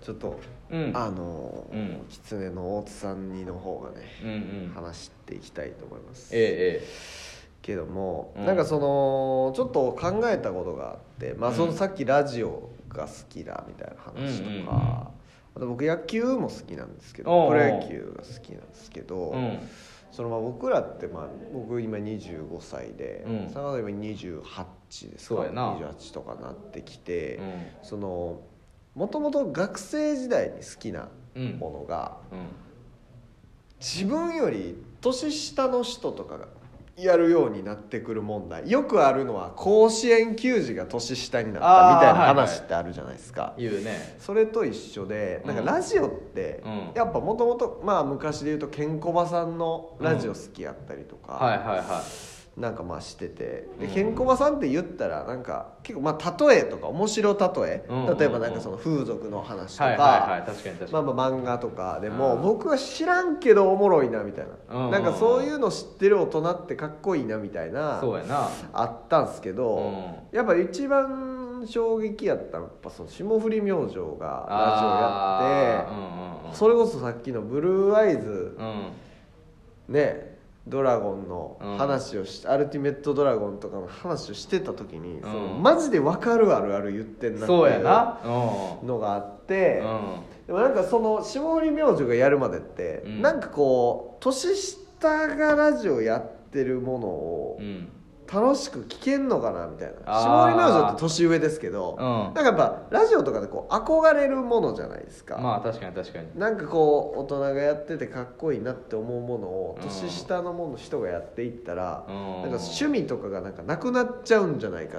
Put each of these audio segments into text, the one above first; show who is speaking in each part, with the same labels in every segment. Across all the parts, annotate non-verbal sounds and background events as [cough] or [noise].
Speaker 1: ちょっと、
Speaker 2: うん
Speaker 1: あのー
Speaker 2: うん
Speaker 1: キツネの大津さんにの方がね、
Speaker 2: うんうん
Speaker 1: 話していきたいと思います、
Speaker 2: ええ
Speaker 1: けども、
Speaker 2: うん
Speaker 1: なんかそのちょっと考えたことがあって、まあ、その
Speaker 2: うん
Speaker 1: さっきラジオが好きだみたいな話とか、
Speaker 2: うんうんうん
Speaker 1: あと僕野球も好きなんですけど
Speaker 2: おうおう
Speaker 1: プロ野球が好きなんですけど、
Speaker 2: ええうん
Speaker 1: そのまあ僕らってまあ僕今25歳で、
Speaker 2: うん
Speaker 1: 坂田今28ですか
Speaker 2: そうやな
Speaker 1: 28とかなってきて、
Speaker 2: うん
Speaker 1: そのもともと学生時代に好きな
Speaker 2: うん
Speaker 1: ものが、
Speaker 2: うん
Speaker 1: 自分より年下の人とかがやるようになってくる問題よくあるのは甲子園球児が年下になった
Speaker 2: あー
Speaker 1: みたいな
Speaker 2: はいはい
Speaker 1: 話ってあるじゃないですか、
Speaker 2: 言うね
Speaker 1: それと一緒でなんか
Speaker 2: うん
Speaker 1: ラジオって
Speaker 2: うん
Speaker 1: やっぱもともとまあ昔で言うとケンコバさんのラジオ好きやったりとか、
Speaker 2: はいはいは
Speaker 1: なんかまあしててで
Speaker 2: うん
Speaker 1: ケンコバさんって言ったらなんか結構まあ例えとか面白例え、
Speaker 2: うんうんうん
Speaker 1: 例えばなんかその風俗の話とか、
Speaker 2: いはいはいはい確かに確
Speaker 1: ま
Speaker 2: か
Speaker 1: あ
Speaker 2: に、
Speaker 1: まあ漫画とかでも
Speaker 2: うん
Speaker 1: 僕は知らんけどおもろいなみたいな、
Speaker 2: うん
Speaker 1: なんかそういうの知ってる大人ってかっこいいなみたいな
Speaker 2: そうやな
Speaker 1: あったんすけど、
Speaker 2: う
Speaker 1: やっぱ一番衝撃やったのはやっぱその霜降り明星がラジオやって、
Speaker 2: あー
Speaker 1: それこそさっきのブルーアイズ
Speaker 2: うんうんうん
Speaker 1: ねドラゴンの
Speaker 2: うん
Speaker 1: 話をし、アルティメットドラゴンとかの話をしてた時に、
Speaker 2: ん
Speaker 1: そのマジで分かるあるある言ってん
Speaker 2: うん
Speaker 1: なって
Speaker 2: そう
Speaker 1: い
Speaker 2: や
Speaker 1: う
Speaker 2: なう
Speaker 1: のがあって。
Speaker 2: んうん
Speaker 1: でもなんかその霜降り明星がやるまでって、
Speaker 2: うん
Speaker 1: なんかこう年下がラジオやってるものを
Speaker 2: うん
Speaker 1: 楽しく聞けんのかなみたいな
Speaker 2: あー
Speaker 1: 霜降り明星って年上ですけど、
Speaker 2: うん
Speaker 1: なんかやっぱラジオとかでこう憧れるものじゃないですか、
Speaker 2: まあ確かに確かに
Speaker 1: なんかこう大人がやっててかっこいいなって思うものを
Speaker 2: うん
Speaker 1: 年下のもの人がやっていったら、
Speaker 2: うん
Speaker 1: なんか趣味とかがなんかなくなっちゃうんじゃないか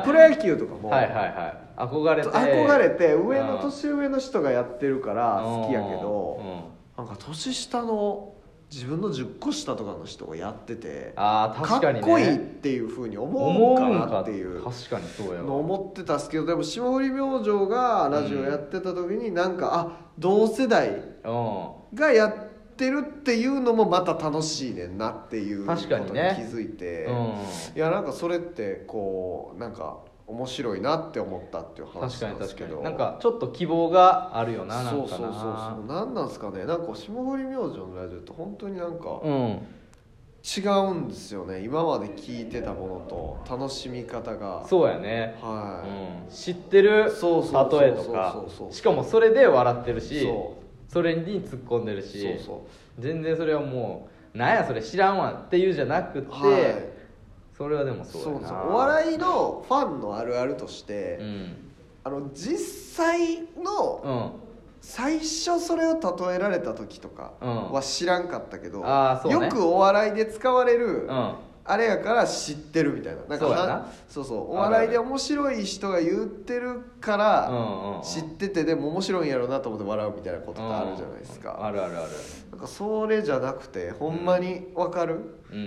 Speaker 1: っ てプロ野球とかも、
Speaker 2: はいはいはい憧れて
Speaker 1: 憧れて上
Speaker 2: う
Speaker 1: の
Speaker 2: ん
Speaker 1: 年上の人がやってるから好きやけ
Speaker 2: う
Speaker 1: ど
Speaker 2: ん
Speaker 1: なんか年下の自分の10個下とかの人がやってて
Speaker 2: あー確かに、ね、
Speaker 1: っこいいっていうふうに思
Speaker 2: 思
Speaker 1: う
Speaker 2: うんん
Speaker 1: か
Speaker 2: か
Speaker 1: なっていう
Speaker 2: 確かにそうや
Speaker 1: の
Speaker 2: わ
Speaker 1: 思ってたっすけどでも霜降り明星がラジオやってた時になんかあ同世代
Speaker 2: う
Speaker 1: がやってるっていうのもまた楽しいねんなっていうことに
Speaker 2: 確
Speaker 1: 気
Speaker 2: かにね
Speaker 1: づいて、
Speaker 2: ん、うん、
Speaker 1: いやなんかそれってこうなんか面白いなって思ったっていう
Speaker 2: 確
Speaker 1: 話
Speaker 2: か
Speaker 1: な
Speaker 2: に
Speaker 1: んです
Speaker 2: 確
Speaker 1: け
Speaker 2: か
Speaker 1: ど
Speaker 2: になんかちょっと希望があるよななんかな
Speaker 1: そうそうそうそうなんなんですかねなんか霜降り明星のラジオって本当になんか
Speaker 2: うん
Speaker 1: 違うんですよね今まで聞いてたものと楽しみ方が
Speaker 2: そうやね、
Speaker 1: は
Speaker 2: うん、知ってる
Speaker 1: そうそうそう
Speaker 2: 例えとか
Speaker 1: そうそうそう
Speaker 2: しかもそれで笑ってる
Speaker 1: い
Speaker 2: し
Speaker 1: そ
Speaker 2: それに突っ込んでる
Speaker 1: う
Speaker 2: し
Speaker 1: そうそ
Speaker 2: 全然それはもう「なんやそれ知らんわ」っていうじゃなくて、
Speaker 1: うはい
Speaker 2: それはでも
Speaker 1: そ
Speaker 2: そう
Speaker 1: そ
Speaker 2: う
Speaker 1: う
Speaker 2: やな
Speaker 1: お笑いのファンのあるあるとして、
Speaker 2: うん
Speaker 1: あの実際の
Speaker 2: うん
Speaker 1: 最初それを例えられた時とかは知らんかったけど、
Speaker 2: うんあーそうね
Speaker 1: よくお笑いで使われる、
Speaker 2: うん
Speaker 1: あれやから知ってるみたいななんか
Speaker 2: そうやな
Speaker 1: はそうそうお笑いで面白い人が言ってるか
Speaker 2: う
Speaker 1: ら
Speaker 2: んうん
Speaker 1: 知っててでも面白いんやろうなと思って笑うみたいなことってあるじゃないです
Speaker 2: うんあ
Speaker 1: か
Speaker 2: るあるある
Speaker 1: なんかそれじゃなくてほんまにわかる
Speaker 2: うん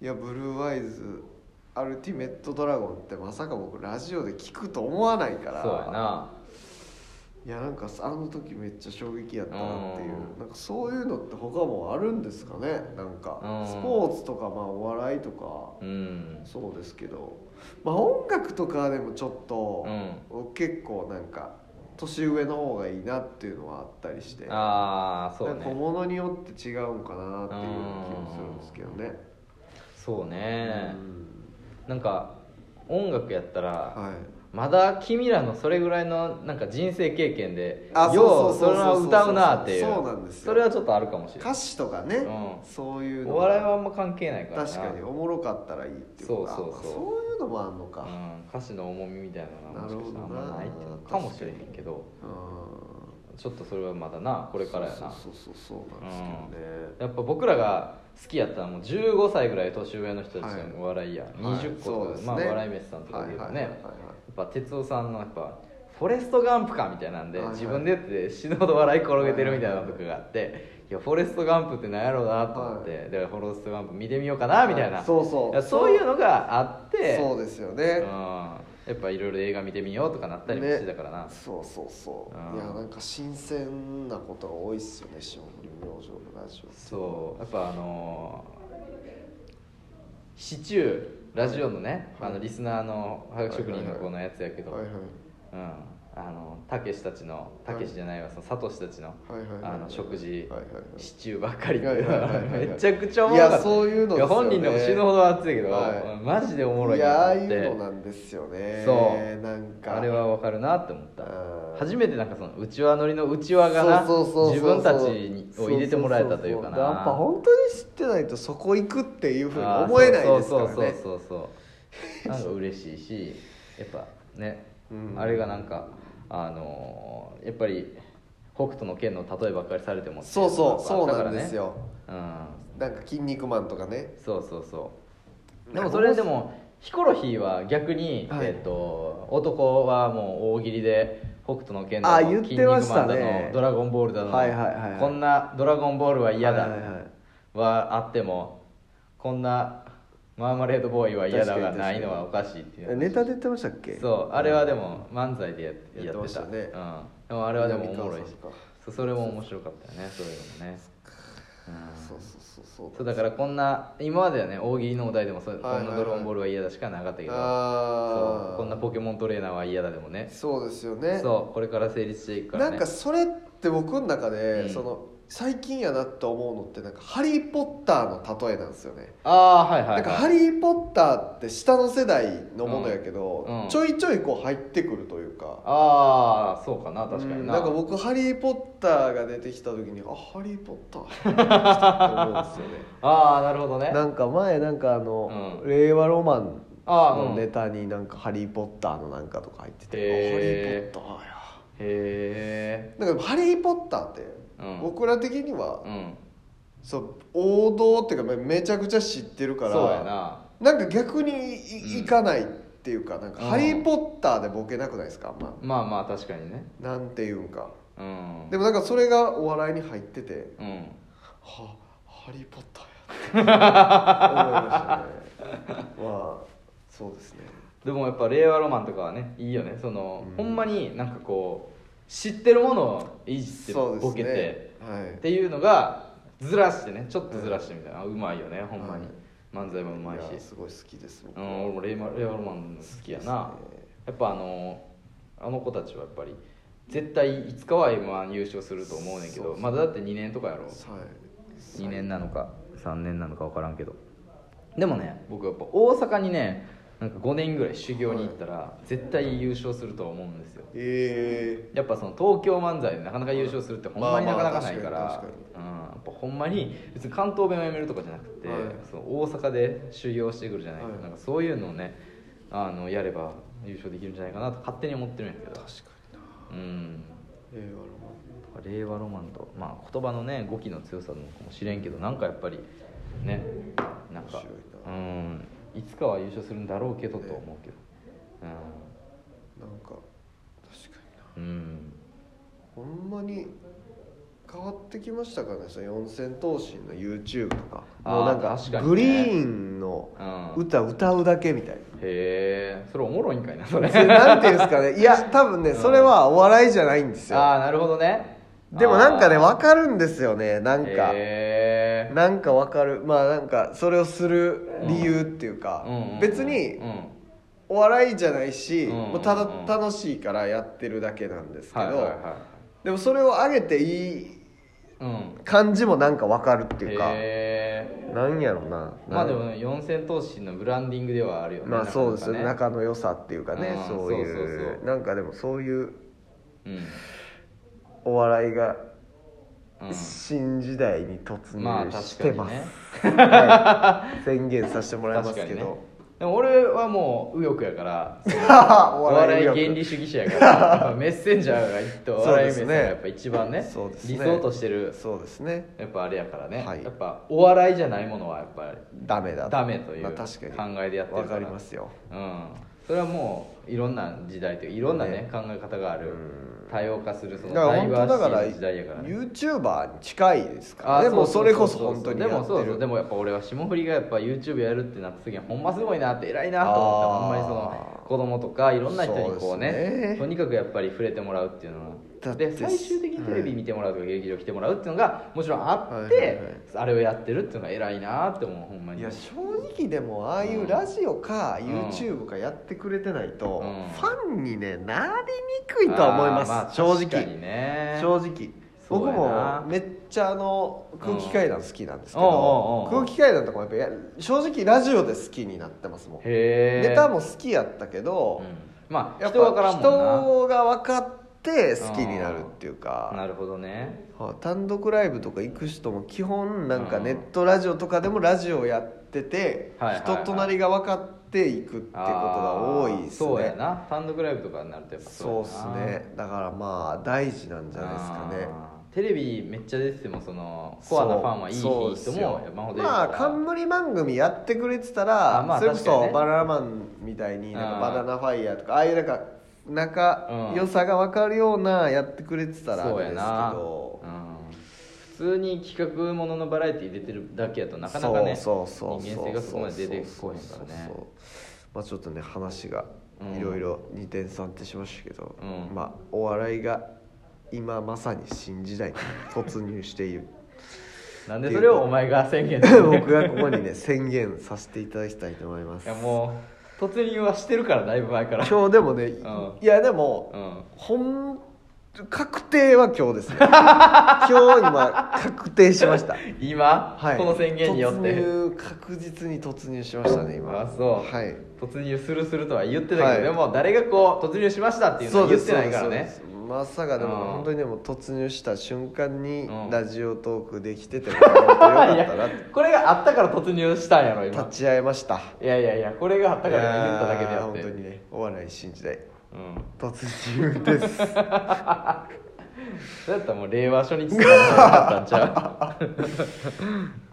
Speaker 1: いやブルーアイズアルティメットドラゴンってまさか僕ラジオで聞くと思わないから
Speaker 2: そうやない
Speaker 1: やなんかあの時めっちゃ衝撃やったなっていう
Speaker 2: うん
Speaker 1: なんかそういうのって他もあるんですかねなん
Speaker 2: う
Speaker 1: か
Speaker 2: ん
Speaker 1: スポーツとかまあお笑いとか
Speaker 2: うん
Speaker 1: そうですけど、まあ、音楽とかでもちょっと
Speaker 2: う、ん
Speaker 1: 結構なんか年上の方がいいなっていうのはあったりして
Speaker 2: ああそう
Speaker 1: なんか
Speaker 2: ね
Speaker 1: ものによって違うんかなっていう気もするんですけどね、
Speaker 2: そうね
Speaker 1: うん
Speaker 2: なんか音楽やったら
Speaker 1: はい
Speaker 2: まだ君らのそれぐらいのなんか人生経験で
Speaker 1: あ
Speaker 2: よう
Speaker 1: そ
Speaker 2: そう
Speaker 1: そうそうそう
Speaker 2: れは歌うなっていう
Speaker 1: そうなんですよ
Speaker 2: それはちょっとあるかもしれな
Speaker 1: 歌
Speaker 2: い
Speaker 1: 詞とかね、
Speaker 2: うん
Speaker 1: そういうの
Speaker 2: お笑いはあんま関係ないからな
Speaker 1: 確かにおもろかったらいいっていうか
Speaker 2: そうそうそう
Speaker 1: そういうのもあんの
Speaker 2: う
Speaker 1: か、
Speaker 2: ん、歌詞の重みみたいなのがもしかしたらあんまないっていうのかもしれへんけど
Speaker 1: うん、
Speaker 2: ちょっとそれはまだなこれからやな
Speaker 1: そうそうそうそうなんですけどね、
Speaker 2: やっぱ僕らが好きやったらもう15歳ぐらい年上の人たちのお笑いや、
Speaker 1: はい
Speaker 2: 20個と
Speaker 1: そう
Speaker 2: か、
Speaker 1: ですね
Speaker 2: まあお笑い飯さんとかで言う
Speaker 1: はいはい
Speaker 2: とね、
Speaker 1: はい
Speaker 2: や
Speaker 1: はい
Speaker 2: っぱ哲夫さんのやっぱフォレストガンプかみたいなんで、
Speaker 1: はいはい
Speaker 2: 自分でやって死ぬほど笑い転げてるみたいなとこがあって、いやフォレストガンプってなんやろうなと思って、だからフォレストガンプ見てみようかなみたいな、
Speaker 1: はいそうそう
Speaker 2: いやそういうのがあって
Speaker 1: そうですよね
Speaker 2: うん、やっぱいろいろ映画見てみようとかなったりもしてたからな、
Speaker 1: そうそうそう
Speaker 2: うん
Speaker 1: いやなんか新鮮なことが多いっすよね霜降り明星のラジ
Speaker 2: そうやっぱあのーシチューラジオのね、
Speaker 1: はい
Speaker 2: あのリスナーのハガ職人の
Speaker 1: はいはいはい
Speaker 2: 子のやつやけど、
Speaker 1: オはいはい
Speaker 2: うん、ああのたけしたちのたけしじゃないわそのさとしたちの
Speaker 1: はいはいはいはい
Speaker 2: あの食事
Speaker 1: はいはいはい
Speaker 2: シチューばっかりって
Speaker 1: はいはいはいはいはい
Speaker 2: めちゃくちゃおもろかった
Speaker 1: いやそういうのですよね
Speaker 2: や本人でも死ぬほど熱いけど、
Speaker 1: は
Speaker 2: マジでおもろい
Speaker 1: いやあ
Speaker 2: な
Speaker 1: あい
Speaker 2: と思って
Speaker 1: うのなんですよね
Speaker 2: そう
Speaker 1: なんか
Speaker 2: あれはわかるなって思った
Speaker 1: うん
Speaker 2: 初めてなんかそのうちわ乗りのうちわがな
Speaker 1: そうそうそうそう
Speaker 2: 自分たちにを入れてもらえたというかな
Speaker 1: そそそそやっぱ本当に知ってないとそこ行くっていうふうに思えないですからね
Speaker 2: そうそうそうそうそうなんか嬉しいしやっぱね、
Speaker 1: うん
Speaker 2: あれがなんかあのーやっぱり北斗の拳の例えばっかりされても
Speaker 1: そうそう
Speaker 2: ってい
Speaker 1: そう
Speaker 2: のがあっ
Speaker 1: な
Speaker 2: たから
Speaker 1: ん
Speaker 2: ね
Speaker 1: ですよ、
Speaker 2: うん
Speaker 1: なんか「筋肉マン」とかね
Speaker 2: そうそうそうで
Speaker 1: な
Speaker 2: も
Speaker 1: んか
Speaker 2: それでもヒコロヒーは逆に、
Speaker 1: はい
Speaker 2: えっと男はもう大喜利で北斗の拳
Speaker 1: あ
Speaker 2: だ
Speaker 1: 言
Speaker 2: の
Speaker 1: ってましたね
Speaker 2: 筋肉マンだのドラゴンボールだの、
Speaker 1: はいはいはいはい
Speaker 2: こんなドラゴンボールは嫌だ、
Speaker 1: はいはいはい
Speaker 2: はあってもこんなマーマレードボーイは嫌だ
Speaker 1: 確か
Speaker 2: が
Speaker 1: に確か
Speaker 2: な
Speaker 1: に
Speaker 2: いのはおかしいっていう
Speaker 1: ネタで言ってましたっけ
Speaker 2: そうあれはでも漫才でやっやって
Speaker 1: やってましたね
Speaker 2: うん、でもあれはでもおもろい
Speaker 1: 南
Speaker 2: し
Speaker 1: 川さんか
Speaker 2: そうそれも面白かったよねそういうのもねうん
Speaker 1: そうそうそう
Speaker 2: そ
Speaker 1: そう
Speaker 2: うだからこんな今まではね大喜利のお題でもそ
Speaker 1: は
Speaker 2: う、
Speaker 1: いはいはい
Speaker 2: こんなドラゴンボールは嫌だしかなかったけど
Speaker 1: あ
Speaker 2: そ
Speaker 1: あ
Speaker 2: うこんなポケモントレーナーは嫌だでもね
Speaker 1: そうですよね
Speaker 2: そうこれから成立していくから
Speaker 1: な
Speaker 2: ね
Speaker 1: んかそれって僕の中で、
Speaker 2: うん
Speaker 1: その最近やなと思うのってなんか「ハリー・ポッター」の例えなんですよね
Speaker 2: ああはいはい、は、
Speaker 1: ないんか「ハリー・ポッター」って下の世代のものやけど、
Speaker 2: うんうん
Speaker 1: ちょいちょいこう入ってくるというか
Speaker 2: ああそうかな確か
Speaker 1: うん
Speaker 2: にな,、
Speaker 1: なんか僕「ハリー・ポッター」が出てきた時に「あハリー・ポッター」って思うん
Speaker 2: [laughs]
Speaker 1: ですよね
Speaker 2: ああなるほどね
Speaker 1: なんか前なんかあの、
Speaker 2: うん
Speaker 1: 令和ロマン
Speaker 2: あー
Speaker 1: の
Speaker 2: うん
Speaker 1: ネタになんか「ハリー・ポッター」のなんかとか入ってて「
Speaker 2: へ
Speaker 1: あ
Speaker 2: ー
Speaker 1: ハリー・ポッターや」
Speaker 2: へ
Speaker 1: なんか「ハリー・ポッター」って、
Speaker 2: うん
Speaker 1: 僕ら的には
Speaker 2: えうん
Speaker 1: そう王道っていうかめちゃくちゃ知ってるから
Speaker 2: そうやな
Speaker 1: なんか逆にい,、
Speaker 2: うん
Speaker 1: かないっていうか「なんか
Speaker 2: うん
Speaker 1: ハリー・ポッター」でボケなくないですかあんま
Speaker 2: まあまあ確かにね
Speaker 1: なんていうんか
Speaker 2: うん
Speaker 1: でもなんかそれがお笑いに入ってて
Speaker 2: うん
Speaker 1: 「はハリー・ポッターや」って思いまし
Speaker 2: [laughs]
Speaker 1: たねまあそうですね
Speaker 2: でもやっぱ令和ロマンとかはねいいよねその、
Speaker 1: うん
Speaker 2: ほんまになんかこう知ってるものをいじって
Speaker 1: そうですね
Speaker 2: ボケて、
Speaker 1: はい
Speaker 2: っていうのがずらしてねちょっとずらしてみたいな、うまいよねほんま
Speaker 1: はい
Speaker 2: に、漫才もうまいし
Speaker 1: やすごい好きです僕
Speaker 2: う
Speaker 1: は
Speaker 2: ん俺も令和令和ロマン好きやな
Speaker 1: 好きですね
Speaker 2: やっぱあのあの子たちはやっぱり絶対いつかは m 1優勝すると思うねんけ
Speaker 1: そう
Speaker 2: ど
Speaker 1: そう
Speaker 2: まだだって2年とかやろ
Speaker 1: はい
Speaker 2: 2年なのか3年なのか分からんけどでもね僕やっぱ大阪にねなんか5年ぐらい修行に行ったら絶対優勝すると思うんですよ
Speaker 1: え
Speaker 2: やっぱその東京漫才でなかなか優勝するってほんまに
Speaker 1: まあ
Speaker 2: な
Speaker 1: まあ
Speaker 2: かなかないから、
Speaker 1: 確かに確
Speaker 2: うん、やっぱほんまに別に関東弁をやめるとかじゃなくて、
Speaker 1: はい
Speaker 2: その大阪で修行してくるじゃないか,、
Speaker 1: はい
Speaker 2: なんかそういうのをねあのやれば優勝できるんじゃないかなと勝手に思ってるんやけど
Speaker 1: ー、確かにな
Speaker 2: うん
Speaker 1: 令和ロ
Speaker 2: 令和ロマンと、まあ、言葉のね語気の強さなのかもしれんけどなんかやっぱりねなんか
Speaker 1: 面白い
Speaker 2: うんいつかは優勝するんだろうけどと
Speaker 1: ね
Speaker 2: 思うけど、
Speaker 1: マンなんか確かにな
Speaker 2: うん、うん、
Speaker 1: ほんまに変わってきましたかねその四千頭身の YouTube とか
Speaker 2: あー
Speaker 1: もうなんか
Speaker 2: 確かにね
Speaker 1: グリーンの
Speaker 2: うん
Speaker 1: 歌歌うだけみたいな
Speaker 2: へえそれおもろいんかいなそ
Speaker 1: [laughs]
Speaker 2: れ
Speaker 1: それなんていうんですかねいや多分ねそれはお笑いじゃないんですよ
Speaker 2: ああなるほどね
Speaker 1: でもなんかね
Speaker 2: あー
Speaker 1: わかるんですよねなんか
Speaker 2: へ
Speaker 1: なんかわかるまあなんかそれをする理由っていうか
Speaker 2: ーうんうん
Speaker 1: 別に
Speaker 2: うん
Speaker 1: お笑いじゃないし
Speaker 2: うん
Speaker 1: もうただ
Speaker 2: うん
Speaker 1: 楽しいからやってるだけなんですけ
Speaker 2: はいはい
Speaker 1: ど
Speaker 2: は
Speaker 1: でもそれを上げていい
Speaker 2: いうん
Speaker 1: 感じもなんかわかるっていうか
Speaker 2: へえ
Speaker 1: なんやろな
Speaker 2: まあで
Speaker 1: な
Speaker 2: も
Speaker 1: ん
Speaker 2: ね四千頭身のブランディングではあるよね
Speaker 1: まあそうですよね
Speaker 2: なか
Speaker 1: 仲の良さっていうかね
Speaker 2: うん
Speaker 1: そういう
Speaker 2: そうそうそう
Speaker 1: なんかでもそういう
Speaker 2: なかね
Speaker 1: お笑いが
Speaker 2: うん、うん
Speaker 1: 新時代に突
Speaker 2: まあ
Speaker 1: 入し
Speaker 2: 確
Speaker 1: て
Speaker 2: か
Speaker 1: ま
Speaker 2: に [laughs]
Speaker 1: す
Speaker 2: ね、
Speaker 1: はい宣言させてもらいますけ
Speaker 2: ね
Speaker 1: ど、
Speaker 2: でも俺はもう右翼やから
Speaker 1: [laughs] お
Speaker 2: お笑い
Speaker 1: 力
Speaker 2: 原理主義者やからやっぱメッセンジャーがきっとお笑いメッセンジャーがやっぱ一番ね
Speaker 1: そうですね
Speaker 2: 理想としてる
Speaker 1: そうですね
Speaker 2: やっぱあれやからね、
Speaker 1: はい
Speaker 2: やっぱお笑いじゃないものはやっぱり
Speaker 1: ダメだ
Speaker 2: ダメという
Speaker 1: ま
Speaker 2: 考
Speaker 1: あ確かに
Speaker 2: えでやってる
Speaker 1: わ
Speaker 2: から
Speaker 1: かりますよ
Speaker 2: うん、それはもういろんな時代というかいろんなね
Speaker 1: ね
Speaker 2: 考え方がある多様化するそ
Speaker 1: だ
Speaker 2: の
Speaker 1: から
Speaker 2: ダイ
Speaker 1: 本当
Speaker 2: バー
Speaker 1: だか
Speaker 2: シティ
Speaker 1: ら
Speaker 2: の時代やからね
Speaker 1: YouTuber に近いですから
Speaker 2: あ
Speaker 1: でも
Speaker 2: う
Speaker 1: そうれこそう
Speaker 2: う
Speaker 1: 本当にや
Speaker 2: で
Speaker 1: ってる
Speaker 2: もそうそうでもやっぱ俺は霜降りがやっぱ YouTube やるってなった時にほんますごいなって偉いなと思った
Speaker 1: あー
Speaker 2: ほんまにその子供とかいろんな人にこうね
Speaker 1: そうですね
Speaker 2: とにかくやっぱり触れてもらうっていうの
Speaker 1: だ
Speaker 2: が
Speaker 1: って
Speaker 2: で最終的にテレビ見てもらうとか劇場来てもらうっていうのがもちろんあって、
Speaker 1: はいはいはい
Speaker 2: あれをやってるっていうのが偉いなって思うほんまに
Speaker 1: いや正直でもああいうラジオか YouTube かやってくれてないと、
Speaker 2: うん
Speaker 1: ファンに、ね、なりにくいとは思います、
Speaker 2: あーあ
Speaker 1: 正
Speaker 2: 確かに
Speaker 1: 直、
Speaker 2: ね
Speaker 1: 正直
Speaker 2: そう
Speaker 1: 僕
Speaker 2: やな
Speaker 1: もめっちゃあの空気階段好きなんですけ
Speaker 2: うんおうおうお
Speaker 1: ど
Speaker 2: う
Speaker 1: 空気階段とかもやっぱや正直ラジオで好きになってますもん
Speaker 2: へえ
Speaker 1: ネタも好きやったけど、
Speaker 2: うんまあ
Speaker 1: やっ
Speaker 2: 人はから
Speaker 1: ぱ
Speaker 2: んもんな
Speaker 1: 人が分かって好きになるっていう
Speaker 2: な
Speaker 1: か
Speaker 2: るほどね
Speaker 1: はい単独ライブとか行く人も基本なんか
Speaker 2: うん
Speaker 1: ネットラジオとかでもラジオやってて
Speaker 2: はいはいは
Speaker 1: 人
Speaker 2: い
Speaker 1: となりが分かっていくってことが多いです
Speaker 2: あーそうや
Speaker 1: ね
Speaker 2: な単独ライブとかになるとやっぱ
Speaker 1: そうです
Speaker 2: やな
Speaker 1: ねだからまあ大事なんじゃないですかね
Speaker 2: あーテレビめっちゃ出ててもそのコアなファンはいい人
Speaker 1: そう
Speaker 2: も
Speaker 1: そうですよ
Speaker 2: 山ほどいる
Speaker 1: まあ
Speaker 2: から
Speaker 1: 冠番組やってくれてた
Speaker 2: あ
Speaker 1: ら、
Speaker 2: まあ
Speaker 1: それこ
Speaker 2: 確かに
Speaker 1: そ
Speaker 2: ね
Speaker 1: バナナマンみたいになんか
Speaker 2: うん
Speaker 1: バナナファイヤーとかああいうなんか仲
Speaker 2: うん
Speaker 1: 良さが分かるようなやってくれてたらあれ
Speaker 2: そう
Speaker 1: です
Speaker 2: や
Speaker 1: け
Speaker 2: な、
Speaker 1: ど
Speaker 2: うん普通に企画もののバラエティー出てるだけやとなかなかね
Speaker 1: そうそうそう
Speaker 2: 人間性がそこまで出てこへんから
Speaker 1: そうそ
Speaker 2: ね
Speaker 1: うそうまあちょっとね話が
Speaker 2: うん
Speaker 1: いろいろ二転三転しましたけど、
Speaker 2: うん
Speaker 1: まあお笑いが今まさに新時代に突入している
Speaker 2: [laughs] なんでそれをお前が宣言するの
Speaker 1: 僕がここにね宣言させていただきたいと思いま
Speaker 2: い
Speaker 1: す
Speaker 2: やもう突入はしてるからだいぶ前から
Speaker 1: 今日でもね、
Speaker 2: ん
Speaker 1: いやでも、
Speaker 2: うん
Speaker 1: ほん確定は今日ですね
Speaker 2: [laughs]
Speaker 1: 今日今確定しました
Speaker 2: 今、
Speaker 1: はい
Speaker 2: この宣言によって
Speaker 1: 突入確実に突入しましたね今
Speaker 2: あそう、
Speaker 1: はい
Speaker 2: 突入するするとは言ってたけど、
Speaker 1: はい
Speaker 2: でも誰がこう突入しましたっていうの
Speaker 1: そ
Speaker 2: は
Speaker 1: うで
Speaker 2: 言っ
Speaker 1: す
Speaker 2: てないから
Speaker 1: そうで
Speaker 2: ね
Speaker 1: すそうですまさかでも
Speaker 2: うん
Speaker 1: 本当にでも突入した瞬間に
Speaker 2: うん
Speaker 1: ラジオトークできてても本当によかったなっ
Speaker 2: い
Speaker 1: て
Speaker 2: やこれがあったから突入したんやろ今
Speaker 1: 立ち会えました
Speaker 2: いやいやいやこれがあったから言っただけで
Speaker 1: いやー
Speaker 2: あって
Speaker 1: 本当にねお笑い新時代
Speaker 2: うん
Speaker 1: 突入です
Speaker 2: そうやったらもう令和初日とかの方が良かったんちゃ